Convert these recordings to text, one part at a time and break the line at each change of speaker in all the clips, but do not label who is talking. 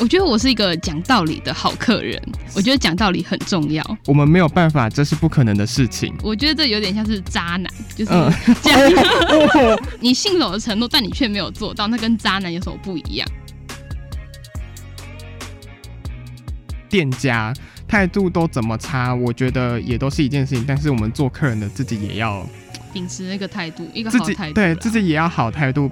我觉得我是一个讲道理的好客人，我觉得讲道理很重要。
我们没有办法，这是不可能的事情。
我觉得这有点像是渣男，就是
嗯
这样， 你信守了承诺，但你却没有做到，那跟渣男有什么不一样？
店家态度都怎么差，我觉得也都是一件事情。但是我们做客人的自己也要
秉持那个态度，一个
自
好
己
态度啦，
对自己也要好态度。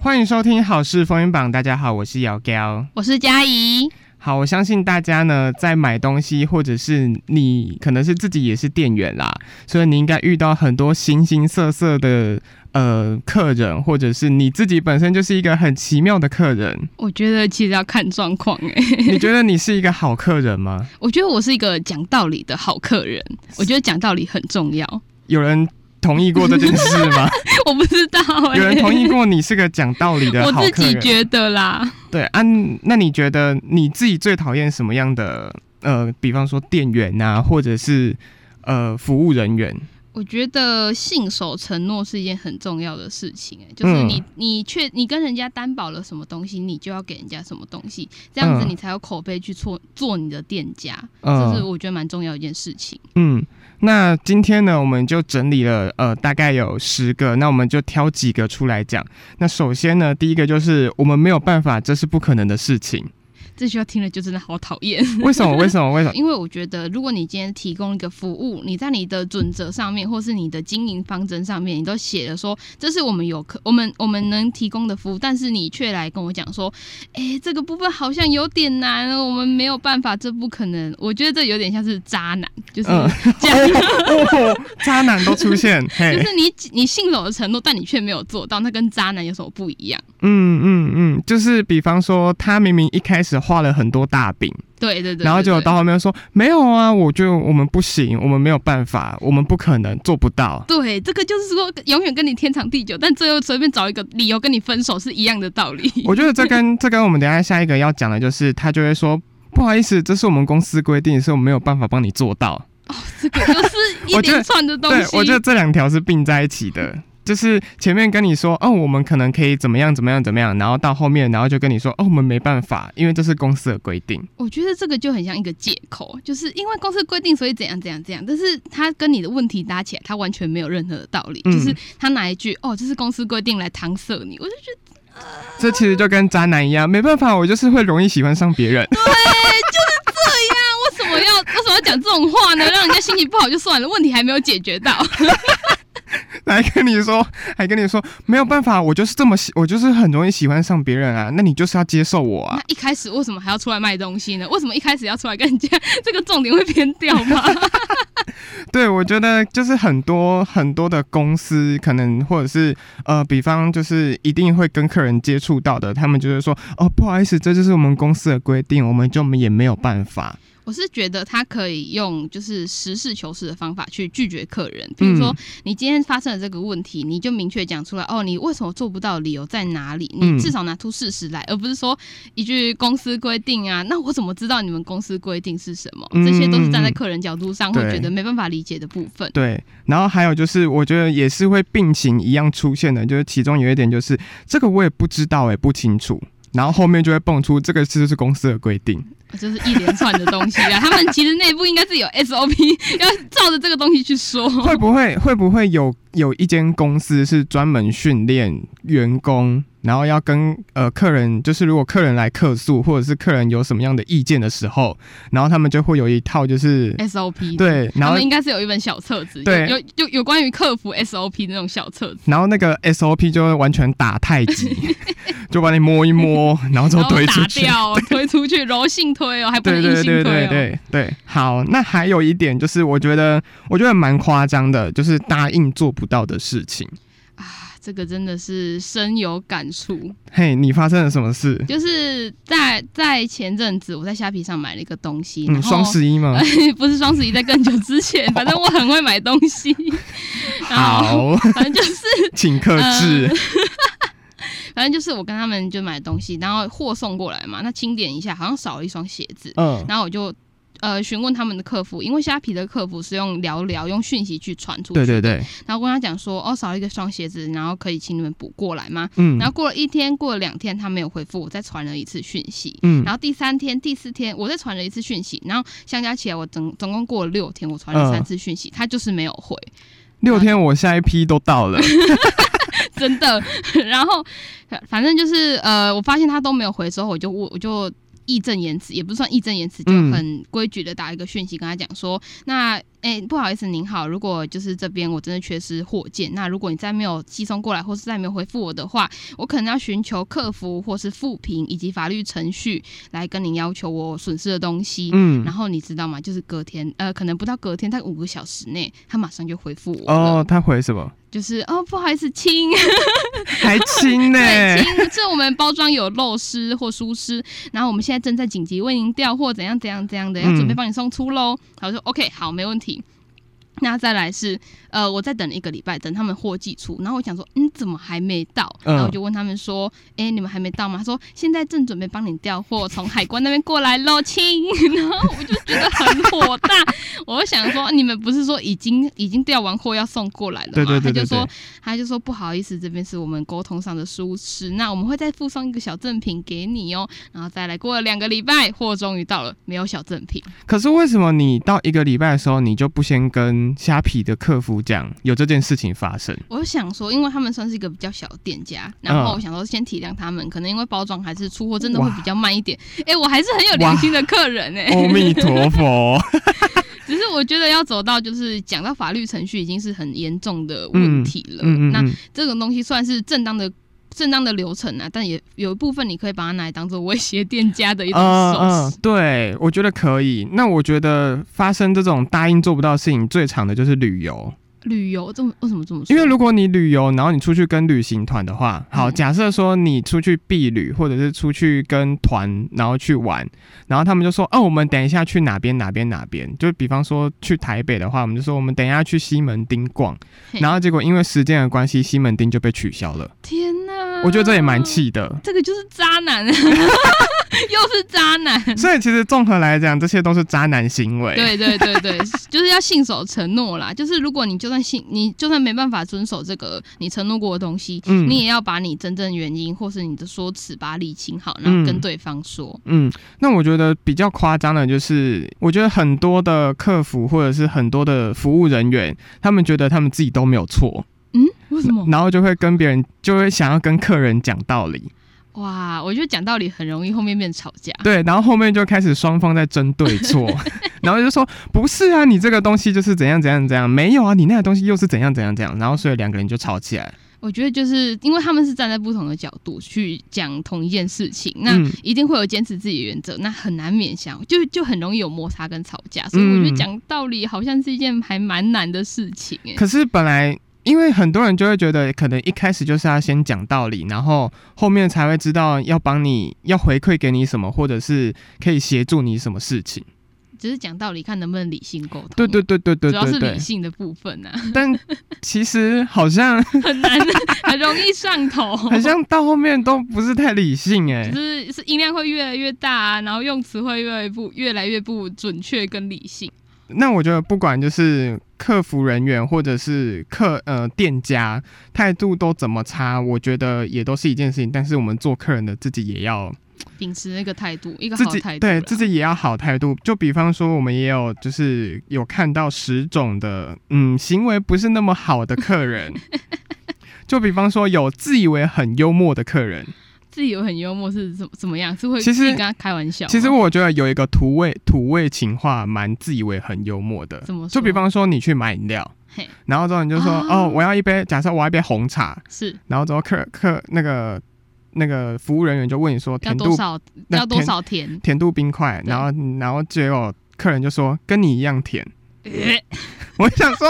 欢迎收听《好事风云榜》，大家好，我是姚娇。
我是佳怡，
好，我相信大家呢，在买东西，或者是你可能是自己也是店员啦，所以你应该遇到很多形形色色的呃客人，或者是你自己本身就是一个很奇妙的 客人。
我觉得其实要看状况哎、
你觉得你是一个好客人吗？
我觉得我是一个讲道理的好客人，我觉得讲道理很重要。
有人同意过这件事吗？
我不知道哎、
有人同意过你是个讲道理 的
我
好
自
客
己
人？
觉得啦，
对啊，那你觉得你自己最讨厌什么样的呃，比方说店员啊，或者是呃服务人员？
我觉得信守承诺是一件很重要的事情、哎，
嗯
就是你、你确你跟人家担保了什么东西，你就要给人家什么东西，这样子
嗯
你才有口碑去做做你的店家，
嗯
这是我觉得蛮重要的一件事情。
嗯，那今天呢，我们就整理了呃，大概有十个，那我们就挑几个出来讲。那首先呢，第一个就是我们没有办法，这是不可能的事情。
这句话听了就真的好讨厌，
为什么？为什么？为什么？
因为我觉得如果你今天提供一个服务，你在你的准则上面，或是你的经营方针上面，你都写了说这是我们有可我们我们能提供的服务，但是你却来跟我讲说，哎，这个部分好像有点难，哦我们没有办法，这不可能。我觉得这有点像是渣男，就是
嗯
这样。
渣男都出现，嘿
就，是你你信守了承诺，但你却没有做到，那跟渣男有什么不一样？
嗯嗯嗯，就是比方说，他明明一开始画了很多大饼，
对对对
然后
对
结果
对
到后面说没有啊，我就我们不行，我们没有办法，我们不可能做不到。
对，这个就是说永远跟你天长地久，但最后随便找一个理由跟你分手是一样的道理。
我觉得这跟这跟我们等一下下一个要讲的就是，他就会说不好意思，这是我们公司规定，所以我们没有办法帮你做到。
这个就是一连串的东
对
西。，
我觉得这两条是并在一起的。就是前面跟你说，哦，我们可能可以怎么样怎么样怎么样，然后到后面，然后就跟你说，哦，我们没办法，因为这是公司的规定。
我觉得这个就很像一个借口，就是因为公司规定，所以怎样怎样怎样。但是他跟你的问题搭起来，他完全没有任何的道理。
嗯
就是他拿一句“哦，这是公司规定”来搪塞你，我就觉得
这其实就跟渣男一样，没办法，我就是会容易喜欢上别人。
这样为什么要 为什么要讲这种话呢？让人家心情不好就算了，问题还没有解决 到。
来跟你说，还跟你说没有办法，我就是这么喜，我就是很容易喜欢上别人啊。那你就是要接受我啊
那。一开始为什么还要出来卖东西呢？为什么一开始要出来跟人家？ 这个重点会偏掉吗？
对，我觉得就是很多很多的公司，可能或者是呃，比方就是一定会跟客人接触到的，他们就是说，哦，不好意思，这就是我们公司的规定，我们就也没有办法。
我是觉得他可以用就是实事求是的方法去拒绝客人，比如说
嗯
你今天发生了这个问题，你就明确讲出来哦，你为什么做不到，理由在哪里？
嗯
你至少拿出事实来，而不是说一句公司规定啊，那我怎么知道你们公司规定是什么？
嗯
这些都是站在客人角度上会
对
觉得没办法理解的部分。
对，然后还有就是，我觉得也是会并行一样出现的，就是其中有一点就是这个我也不知道、欸，也不清楚。然后后面就会蹦出这个是是公司的规定，
啊就是一连串的东西 啊，他们其实内部应该是有 SOP，要照着这个东西去说。
会不会会不会有有一间公司是专门训练员工，然后要跟呃客人，就是如果客人来客诉或者是客人有什么样的意见的时候，然后他们就会有一套就是
哎 SOP
对，然
他
后
们应该是有一本小册子，
对
有有有有关于客服 SOP 的那种小册子，
然后那个 SOP 就会完全打太极， 就把你摸一摸，然后就
然后
推出
打
去。
掉、哦推出去，柔性推哦，还不是
对
硬
对
性
对
推
对
哦。
对对，好，那还有一点就是，我觉得我觉得蛮夸张的，就是答应做不到的事情。
啊，这个真的是深有感触。
嘿，你发生了什么事？
就是在在前阵子，我在虾皮上买了一个东西，
嗯，
然后
双十 一吗？
不是双十一，在更久之 前，反正我很会买东西。然后，
好，
反正就是
请克制。
反正就是我跟他们就买东西，然后货送过来嘛，那清点一下，好像少了一双鞋子，
嗯
然后我就呃询问他们的客服，因为虾皮的客服是用聊聊用讯息去传出去，
对对，对，
然后跟他讲说哦少一个双鞋子，然后可以请你们补过来吗？
嗯
然后过了一天，过了两天，他没有回复，我再传了一次讯息。
嗯
然后第三天、第四天，我再传了一次讯息，然后相加起来，我总总共过了六天，我传
嗯
了三次讯息，他就是没有回，
六天我下一批都到了，
真的。 然后反正就是呃，我发现他都没有回之后，我就我我就义正言辞，也不算义正言辞，就
嗯
很规矩的打一个讯息跟他讲说，那哎、不好意思，您好，如果就是这边我真的缺失货件，那如果你再没有寄送过来，或是再没有回复我的话，我可能要寻求客服或是复评以及法律程序来跟您要求我损失的东西。
嗯
然，后你知道吗？就是隔天，呃，可能不到隔天，在五个小时内，他马上就回复我了，
哦，他回什么？
就是哦，不好意思，亲，
还亲 呢、
对，亲，这我们包装有漏失或疏失，然后我们现在正在紧急为您调货，怎样怎样怎样的，要准备
嗯
帮你送出喽。然后说 OK，好，没问题。那再来是，呃，我再等了一个礼拜，等他们货寄出。然后我想说，嗯，怎么还没到？
嗯
然后我就问他们说，哎、你们还没到吗？他说现在正准备帮你调货，从海关那边过来喽，亲。然后我就觉得很火大，我就想说，你们不是说已经已经调完货要送过来了吗？
对对对
他
对
就说
对，
他就说不好意思，这边是我们沟通上的疏失，那我们会再附送一个小赠品给你哦。然后再来过了两个礼拜，货终于到了，没有小赠品。
可是为什么你到一个礼拜的时候，你就不先跟虾皮的客服讲有这件事情 发生？
我就想说，因为他们算是一个比较小的店家，然后我想说先体谅他们，可能因为包装还是出货真的会
哇
比较慢一点。哎、我还是很有良心的客人哎、
阿弥 陀佛，
只是我觉得要走到就是讲到法律程序已经是很严重的问题了。
嗯嗯
那
嗯，
这种东西算是正当的。正当的流程啊，但也有一部分你可以把它拿来当做威胁店家的一种手势。
嗯，对，我觉得可以。那我觉得发生这种答应做不到的事情，最长的就是旅游，
旅游这么为什么这么说？
因为如果你旅游，然后你出去跟旅行团的话，好，
嗯
假设说你出去避旅，或者是出去跟团，然后去玩，然后他们就说，哦，我们等一下去哪边哪边哪边，就比方说去台北的话，我们就说我们等一下去西门町逛，
嘿
然后结果因为时间的关系，西门町就被取消了。
天哪，
我觉得这也
哦
蛮，气的。
这个就是渣男， 又是渣男。
所以其实综合来讲，这些都是渣男行为。
对对对对，就是要信守承诺啦。就是如果你就算信，你就算没办法遵守这个你承诺过的东西，
嗯
你也要把你真正原因或是你的说辞把它理清好，然后
嗯
跟对方说。
嗯，那我觉得比较夸张的就是，我觉得很多的客服或者是很多的服务人员，他们觉得他们自己都没有错，
嗯，为什么？
然后就会跟别人，就会想要跟客人讲 道理，
哇，我觉得讲道理很容易后面变吵架。
对，然后后面就开始双方在争对 错，然后就说不是啊，你这个东西就是怎样怎样怎样，没有啊，你那个东西又是怎样怎样怎样，然后所以两个人就吵起来。
我觉得就是因为他们是站在不同的角度去讲同一件事情，那
嗯
一定会有坚持自己的原则，那很难勉强，就就很容易有摩擦跟吵架。所以我觉得
嗯
讲道理好像是一件还蛮难的事情、欸，
可是本来。因为很多人就会觉得，可能一开始就是要先讲道理，然后后面才会知道要帮你要回馈给你什么，或者是可以协助你什么事情。
只是讲道理看能不能理性沟通。
对对对对对
嗯主要
对
是理
对。
性的部分啊，
但其实好像
很难，很容易上头。
好像到后面都不是太理性 哎、
就是是音量会越来越大、啊，然后用词会越来越不越来越不准确跟理性。
那我觉得不管就是客服人员或者是客呃店家态度都怎么差，我觉得也都是一件事情。但是我们做客人的自己也要
秉持那个态度，一个
自
好
己
态度啦，
对自己也要好态度。就比方说，我们也有就是有看到十种的嗯行为不是那么好的 客人，就比方说有自以为很幽默的客人。
自己有很幽默是怎怎么样？是会
其实
自己跟他开玩笑吗。
其实我觉得有一个土味土味情话蛮自以为很幽默的，
怎么说
就比方说你去买饮料，
嘿
然后之后你就说、
啊
哦我要一杯，假设我要一杯红茶，
是
然后之后客客那个那个服务人员就问你说
要
甜
多
度
少
那
要多
甜
少甜？
甜度冰块，
对
然后然后结果客人就说跟你一样甜。
呃
我想说，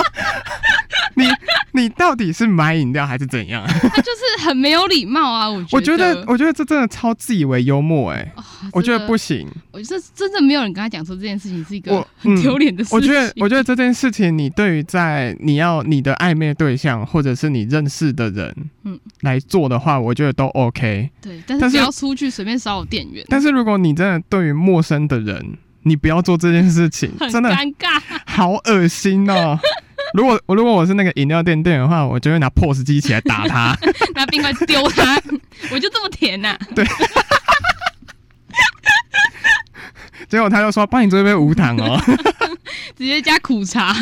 你你到底是买饮料还是怎样？啊
他就是很没有礼貌啊！我
我
觉
觉得，我觉得这真的超自以为幽默哎、
啊
我觉得，不
真的
行。
我这真的没有人跟他讲说这件事情是一个
我
很
嗯
丢脸的事情。
我觉得，我觉得这件事情，你对于在你要你的暧昧对象或者是你认识的人，
嗯
嗯，来做的话，我觉得都 OK。
对，但是
但是
不要出去随便骚扰店员。
但是如果你真的对于陌生的人，你不要做这件事情，
很
真的
尴尬。
好恶心哦。如果如果我是那个饮料店店员的话，我就会拿 POS 机起来 打他。
拿冰块丢他， 我就这么甜啊呐、
结果他就说：“帮你做一杯无糖哦。
直接加苦茶，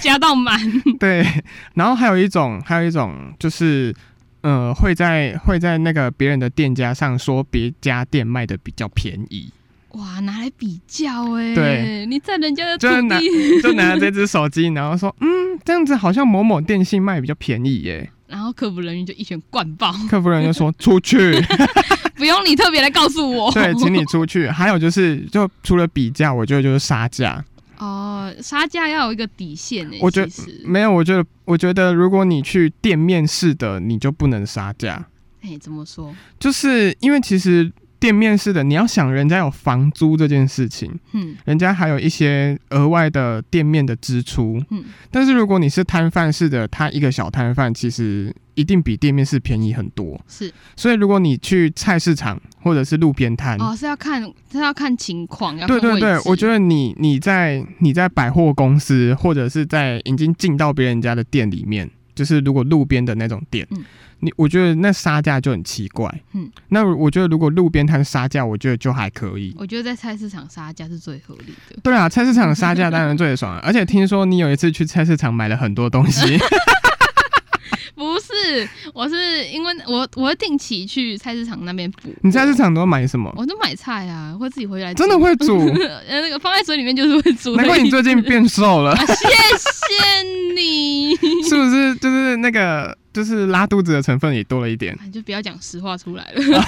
加到满。”
对，然后还有一种，还有一种就是，呃，会在会在那个别人的店家上说别家店卖的比较便宜，
哇，拿来比较哎、
对
你在人家的土
真的
地，
就拿这只手机，然后说：“嗯，这样子好像某某电信卖比较便宜耶。
然后客服人员就一拳灌爆，”
客服人就说：“出去。”
不用你特别来告诉我。
对，请你出去。还有就是，就除了比价，我觉得就是杀价。
哦，杀价要有一个底线哎、
我觉得嗯
其实
没有，我觉得，我觉得如果你去店面式的，你就不能杀价，
哎、怎么说？
就是因为其实店面式的，你要想人家有房租这件事情，
嗯
人家还有一些额外的店面的支出。
嗯，
但是如果你是摊贩式的，他一个小摊贩其实一定比店面式便宜很多。
是
所以如果你去菜市场或者是路边摊，
哦，是要看是要看情况，要看
嗯对对对
位，置
我觉得你你在你在百货公司或者是在已经进到别人家的店里面，就是如果路边的那种店，
嗯
你我觉得那杀价就很奇怪。
嗯，
那我觉得如果路边摊杀价，我觉得就还可以。
我觉得在菜市场杀价是最合理的。
对啊，菜市场杀价当然最爽了，而且听说你有一次去菜市场买了很多 东西，
不是，我是因为我我会定期去菜市场那边补。
你菜市场都买什么？
我都买菜啊，会自己回来煮。
嗯真的会煮，
呃， 那个放在水里面就是会煮的
难怪
意
你
思
最近变 瘦了，
啊谢谢你。
是不是？就是那个就是拉肚子的成分也多了一点，
啊就不要讲实话出来了。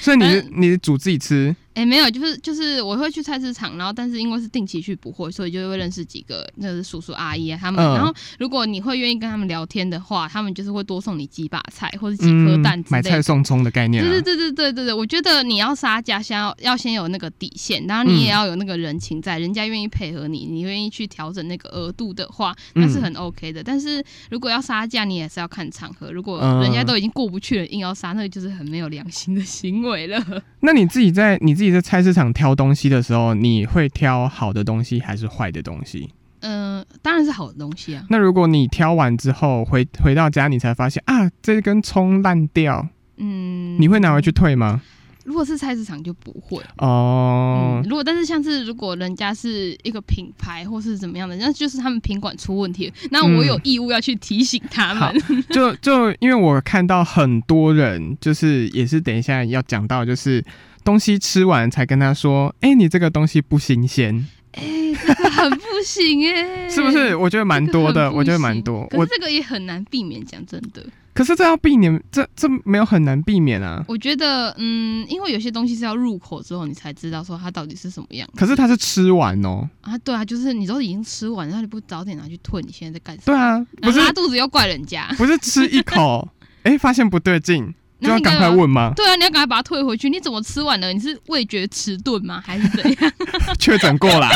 所以你是你是煮自己吃，
哎、没有，就是就是我会去菜市场，然后但是因为是定期去补货，所以就会认识几个就是叔叔阿姨啊他们。
嗯
然后如果你会愿意跟他们聊天的话，他们就是会多送你几把菜或者几颗
嗯，
蛋之
买
类的。
菜送葱的概念、啊，
对对对对对对对，我觉得你要杀价，先要要先有那个底线，然后你也
嗯
要有那个人情在，人家愿意配合你，你愿意去调整那个额度的话，那是
嗯
很 OK 的。但是如果要杀价，你也是要看场合，如果
嗯
人家都已经过不去了，硬要杀，那个就是很没有良心的行为了。
那你自己在你自己在菜市场挑东西的时候，你会挑好的东西还是坏的东西？
嗯、当然是好的东西啊。
那如果你挑完之后回回到家，你才发现啊，这根葱烂掉，
嗯，
你会拿回去？退吗？
如果是菜市场就不会。嗯
哦，，
如果但是像是如果人家是一个品牌或是怎么样的，那就是他们品管出问题了，那我有
嗯
义务要去提醒他们
好。就就因为我看到很多人，就是也是等一下要讲到，就是东西吃完才跟他说，哎、你这个东西不新鲜，
哎、这个很不行哎、
是不是？？我觉得蛮多的，我觉得蛮多。
可
我
是这个也很难避免，讲真的，
可是这要避免，这这没有很难避免啊。
我觉得，嗯，因为有些东西是要入口之后你才知道说它到底是什么样
可是他是吃完哦，
啊。对啊，就是你都已经吃完，然后你不早点拿去退，你现在在干什么？
对啊，不
然后
是
拉肚子又怪人家，
不是吃一口，哎、发现不对劲，就
然后
要
你
赶
干
快
嘛。？
问吗
对啊，你要赶快把它退回去。你怎么吃完了？你是味觉迟钝吗？还是怎 样？
确诊过啦，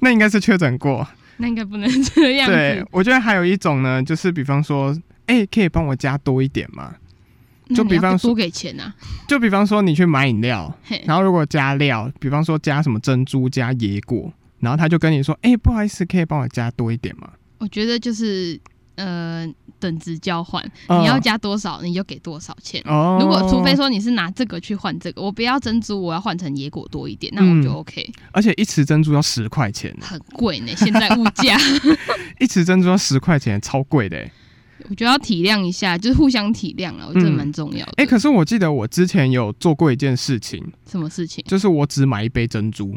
那应该是确诊过。
那应该不能这样
对
子。，
我觉得还有一种呢，就是比方说，哎、可以帮我加多一点吗？
那
就
你
比
要
方说
多给钱啊，
就比方说你去买饮料，
嘿，
然后如果加料，比方说加什么珍珠加椰果，然后他就跟你说，哎、不好意思，可以帮我加多一点吗？
我觉得就是呃等值交换，
嗯
你要加多少你就给多少钱。
哦，
嗯如果除非，说你是拿这个去换这个，我不要珍珠，我要换成野果多一点，那我就
嗯
OK。
而且一匙珍珠要十块钱，
很贵呢，现在物 价，
一匙珍珠要十块钱，超贵的、欸。
我觉得要体谅一下，就是互相体谅了，我觉得
嗯
蛮重要的。
哎、可是我记得我之前有做过一件事情，
什么事情？
就是我只买一杯珍珠，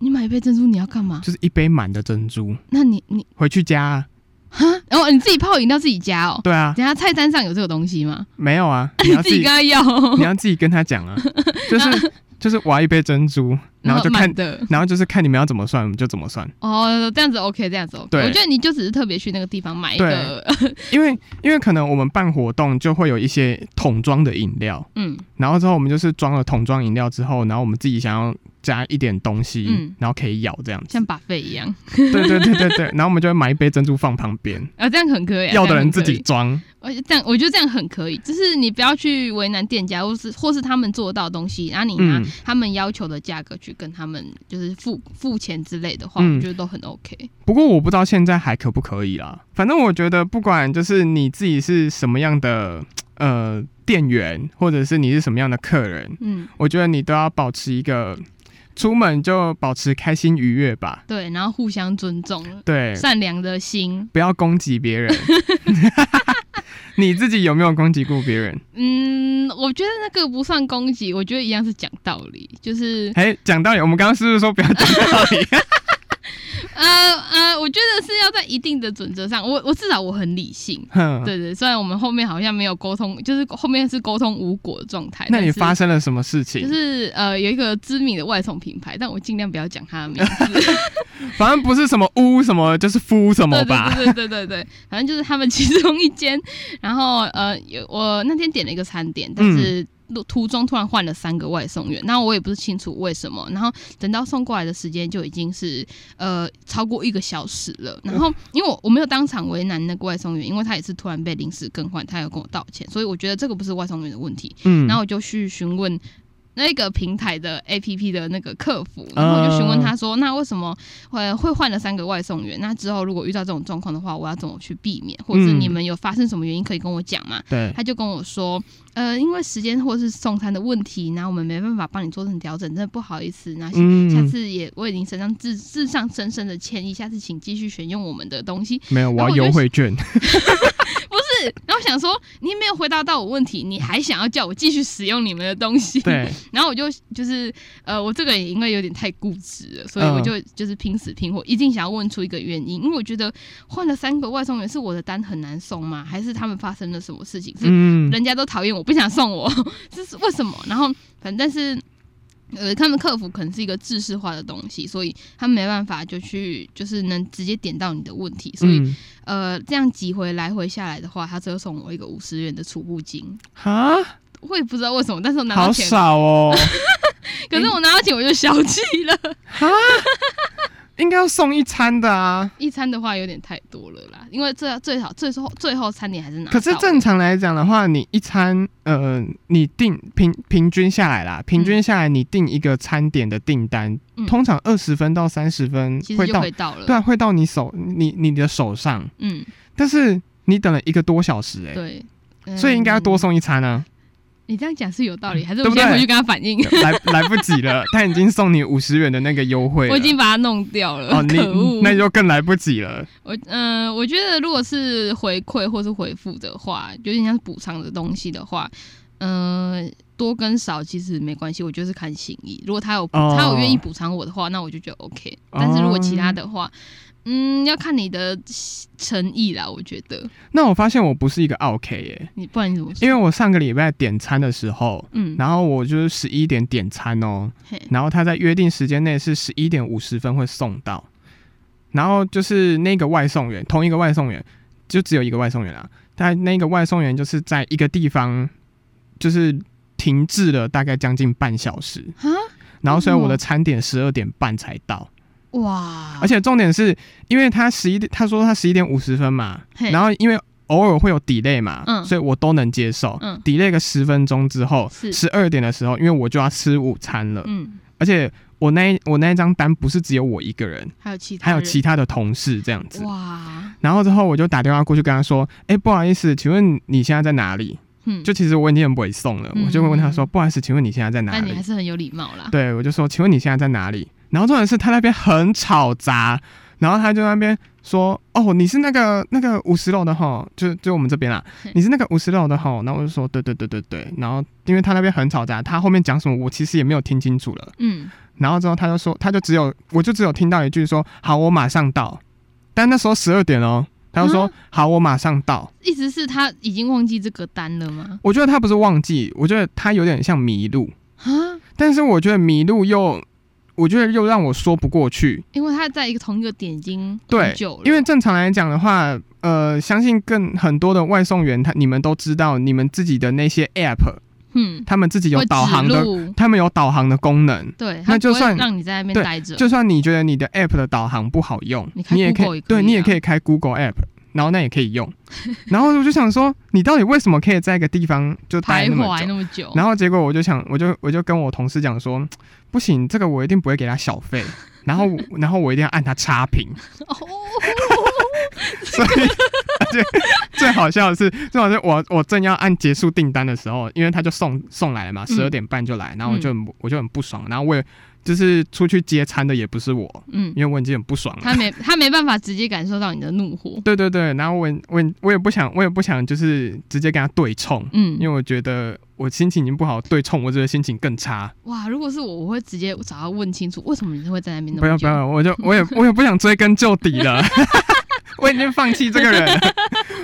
你买一杯珍珠你要干嘛？
就是一杯满的珍珠
那你你
回去加、啊。
哈，然、后你自己泡饮料自己加哦。
对啊，
等一下菜单上有这个东西吗？
没有 啊，你要自
自己
己
跟他要，
你要自己跟他讲啊，就是就是我要一杯珍珠，然后就看
满，的
然后就是看你们要怎么算，我们就怎么算。
哦，这样子 OK，这样子 OK。
对
我觉得你就只是特别去那个地方买一个，
因为因为可能我们办活动就会有一些桶装的饮料，
嗯，
然后之后我们就是装了桶装饮料之后，然后我们自己想要加一点东西，
嗯
然后可以咬这样子。
像把费一样，
对 对对对对，然后我们就会买一杯珍珠放旁边，
啊，这样很可以、啊。
要
这样
的人
很
自
可以
己装。
而且这样，我觉得这样很可以，就是你不要去为难店家，或是或是他们做到的东西，然后你拿
嗯
他们要求的价格去去跟他们就是付付钱之类的话，
嗯
我觉得都很 OK。
不过我不知道现在还可不可以啦。反正我觉得，不管就是你自己是什么样的呃店员，或者是你是什么样的客人，
嗯，
我觉得你都要保持一个出门就保持开心愉悦吧。
对，然后互相尊重，
对，
善良的心。
不要攻击别人。 你自己有没有攻击过 别人？
嗯，我觉得那个不算攻击，我觉得一样是讲道理，就是
哎、讲道理，我们刚刚是不是说不要讲道 理？
呃呃，我觉得是要在一定的准则上，我我至少我很理性。
哼，
对对，虽然我们后面好像没有沟通，就是后面是沟通无果的状态。
那你
但是
发生了什么事情？
就是呃有一个知名的外送品牌，但我尽量不要讲它的名字。
反正不是什么污什么，就是夫什么
对
吧。
对对对对对，反正就是他们其中一间。然后呃，有我那天点了一个餐点，但
嗯
是。路途中突然换了三个外送员，那我也不是清楚为什么。然后等到送过来的时间就已经是呃超过一个小时了。然
嗯
后因为我我没有当场为难那个外送员，因为他也是突然被临时更换，他有跟我道歉，所以我觉得这个不是外送员的问题，
嗯
然后我就去询问那个平台的 APP 的那个客服，
嗯
然后我就询问他说，那为什么会会换了三个外送员？那之后如果遇到这种状况的话，我要怎么去避免？或者是
嗯
你们有发生什么原因可以跟我讲吗？
对，
他就跟我说，呃，因为时间或是送餐的问题，然后我们没办法帮你做成调整，真的不好意思，那下
嗯，
次也为您身上致致上深深的歉意，下次请继续选用我们的东西。
没有，我
然后
要
我就
优惠 券。
不是，然后我想说，你没有回答到我问题，你还想要叫我继续使用你们的东西？
对，
然后我就就是呃，我这个人因为有点太固执了，所以
嗯
我就、就是拼死拼活，一定想要问出一个原因，因为我觉得换了三个外送员是我的单很难送吗？还是他们发生了什么事情？是
嗯，
人家都讨厌我，不想送我，这是为什么？然后反正但是。呃，他们客服可能是一个制式化的东西，所以他们没办法就去，就是能直接点到你的问题，所以、
嗯，
呃，这样几回来回下来的话，他只有送我一个五十元的储物金，
哈，
我也不知道为什么，但是我拿到
好
钱
少哦，
可是我拿到钱我就消气了，
应该要送一餐的啊。
一餐的话有点太多了啦，因为最最少最后最后餐点还是拿到。
可是正常来讲的话，你一餐，呃，你定平平均下来啦，平均下来你定一个餐点的订单，
嗯
通常二十分到三十分
其
会
实就呃
到
可以，到了。
对啊，会到你手，你你的手上，
嗯，
但是你等了一个多小时、欸，
对。
哎，
嗯
所以应该要多。送一餐啊，
你这样讲是有道理，还是
对
我
不
现
对
在回去跟他反映？
来来不 及了，他已经送你五十元的那个优惠了，
我已经把它弄掉了，
哦，
可
你
恶！
那就更来不及了，
我嗯、我觉得如果是回馈或是回复的话，有点像是补偿的东西的话，嗯、多跟少其实没关系，我觉得是看心意。如果他有补
哦
他有愿意补偿我的话，那我就觉得 OK。但是如果其他的话，嗯，要看你的诚意啦，我觉得
那我发现我不是一个 OK 耶、
你不然你怎么说？
因为我上个礼拜点餐的时候，
嗯，
然后我就是十一点点餐哦，
嘿
然后他在约定时间内是十一点五十分会送到，然后就是那个外送员，同一个外送员，就只有一个外送员啦，但那个外送员就是在一个地方，就是停滞了大概将近半小时，
啊，
然后所以我的
为
餐点十二点半才到，
嗯哇，
而且重点是因为他十一点，他说他十一点五十分嘛，
嘿
然后因为偶尔会有 delay 嘛，
嗯
所以我都能接受。
嗯
delay 个十分钟之后，
是
十二点的时候，因为我就要吃午餐了，
嗯，
而且我那一我那一张单不是只有我一个人，
还有其他
还有
人
其他的同事这样子。
嗯哇，
然后之后我就打电话过去跟他说：“哎、不好意思，请问你现在在哪里？”
嗯，
就其实我已经很委送了，
嗯
我就会问他说：“不好意思，请问你现在在哪
但你
里
还是很有礼貌？”啦。
对，我就说：“请问你现在在哪里？”然后重点是他那边很吵杂，然后他就在那边说：“哦，你是那个那个五十楼的吼，就就我们这边啦
嘿，
你是那个五十楼的吼。”然后我就说：“对对对对对。”然后因为他那边很吵杂，他后面讲什么我其实也没有听清楚了。
嗯，
然后之后他就说，他就只有我就只有听到一句说好，我马上到。但那时候十二点哦，他就说、
啊
好，我马上到。
意思是他已经忘记这个单了吗？
我觉得他不是忘记，我觉得他有点像迷路，
啊，
但是我觉得迷路又，我觉得又让我说不过去，
因为他在一个同一个点已经
对
很久了，
因为正常来讲的话。呃，相信更很多的外送员，他你们都知道，你们自己的那些 app，
嗯，
他们自己有
会
导航
指
的，
路，
他们有导航的功能。
对，
那
他
就
不会
算
让你在那
对
边待着，
就算你觉得你的 app 的导航不好用，
你开
也可
Google 也可
以，
以
对你也
啊
可以开 Google app，然后那也可 以用。然后我就想说，你到底为什么可以在一个地方就待
徘
那么
徊
久？
那么久，
然后结果我就想，我就我就跟我同事讲说，不行，这个我一定不会给他 小费，然后然后我一定要按他差评。
哦
所以，而且最好笑的是，最好笑的是我我正要按结束订单的时候，因为他就送送来了嘛，
嗯
十二点半就来，然后我就很、我就很不爽，然后我也就是出去接餐的也不是我，
嗯，
因为我已经很不爽了。
他没他没办法直接感受到你的怒火，
对对对，然后我也我也我也不想我也不想就是直接跟他对冲，因
嗯，
为我觉得我心情已经不好，对冲我觉得心情更差。
哇，如果是我，我会直接找他问清楚，为什么你会在那边那
不要
么
不
久？
要，我就我也我也不想追根究底 了，我已经放弃这个人了。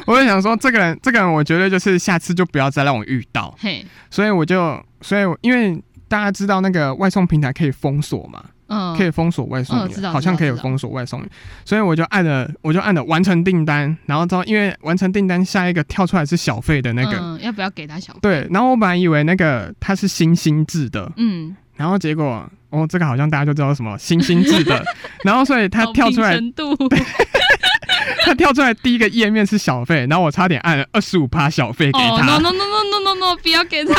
我就想说，这个人这个人，我觉得就是下次就不要再让我遇到。
嘿，
所以我就，所以我因为大家知道那个外送平台可以封锁嘛，
嗯，
可以封锁外送
嗯知
员，
道
好
知
像
道
可以
知道
封锁外送员，所以我就按了，我就按了完成订单，然后之后因为完成订单下一个跳出来是小费的那个，
嗯，要不要给他小费？
对，然后我本来以为那个它是星星制的，
嗯，
然后结果哦，这个好像大家就知道什么星星 制的，然后所以它
嗯好
跳出来
平，程度，
它跳出来第一个页面是小费，然后我差点按了二十五趴小费给
哦，no
他，
no no no no no no，不要给他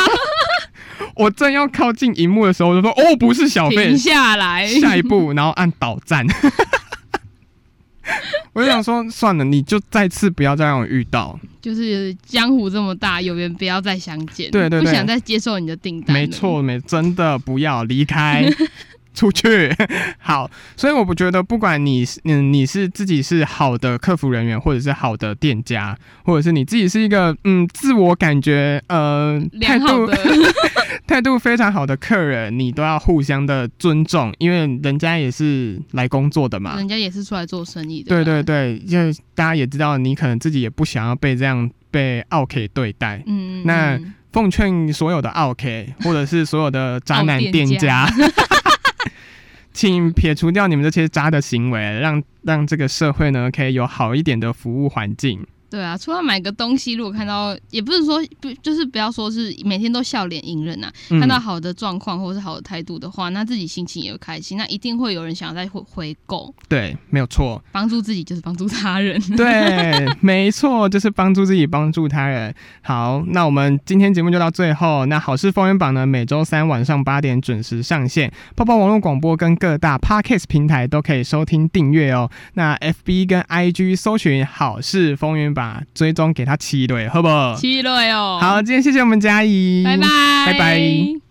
我正要靠近荧幕的时候，我就说哦，不是小费
停，下来，
下一步，然后按倒赞。 我就想说，算了，你就再次不要再让我遇到。
就是江湖这么大，有缘不要再相见，
对对对
不想再接受你的订单，
没，错，没真的不要离开， 出去。 好，所以我不觉得，不管你是嗯你是自己是好的客服人员，或者是好的店家，或者是你自己是一个嗯自我感觉呃态
良好
度
的，
态度非常好的客人，你都要互相的尊重，因为人家也是来工作的嘛。
人家也是出来做生意的，
对对，对，因为大家也知道，你可能自己也不想要被这样被 OK 对待。
嗯，
那
嗯
奉劝所有的 OK，或者是所有的渣男
奥
店
店
家， 请撇除掉你们这些渣的行为，让让这个社会呢可以有好一点的服务环境。
对啊，除了买个东西，如果看到，也不是说不，就是不要说是每天都笑脸迎人啊。
嗯
看到好的状况或是好的态度的话，那自己心情也会开心，那一定会有人想要再回回购，
对，没有错，
帮助自己就是帮助他人。
对，没错，就是帮助自己，帮助他人。好，那我们今天节目就到最后。那好事风云榜呢，每周三晚上八点准时上线，泡泡网络广播跟各大 podcast 平台都可以收听订阅哦。那 FB 跟 IG 搜寻好事风云榜，追 踪给他七对，好不好？
七乐哟，哦
好，今天谢谢我们嘉怡，
拜拜，
拜拜。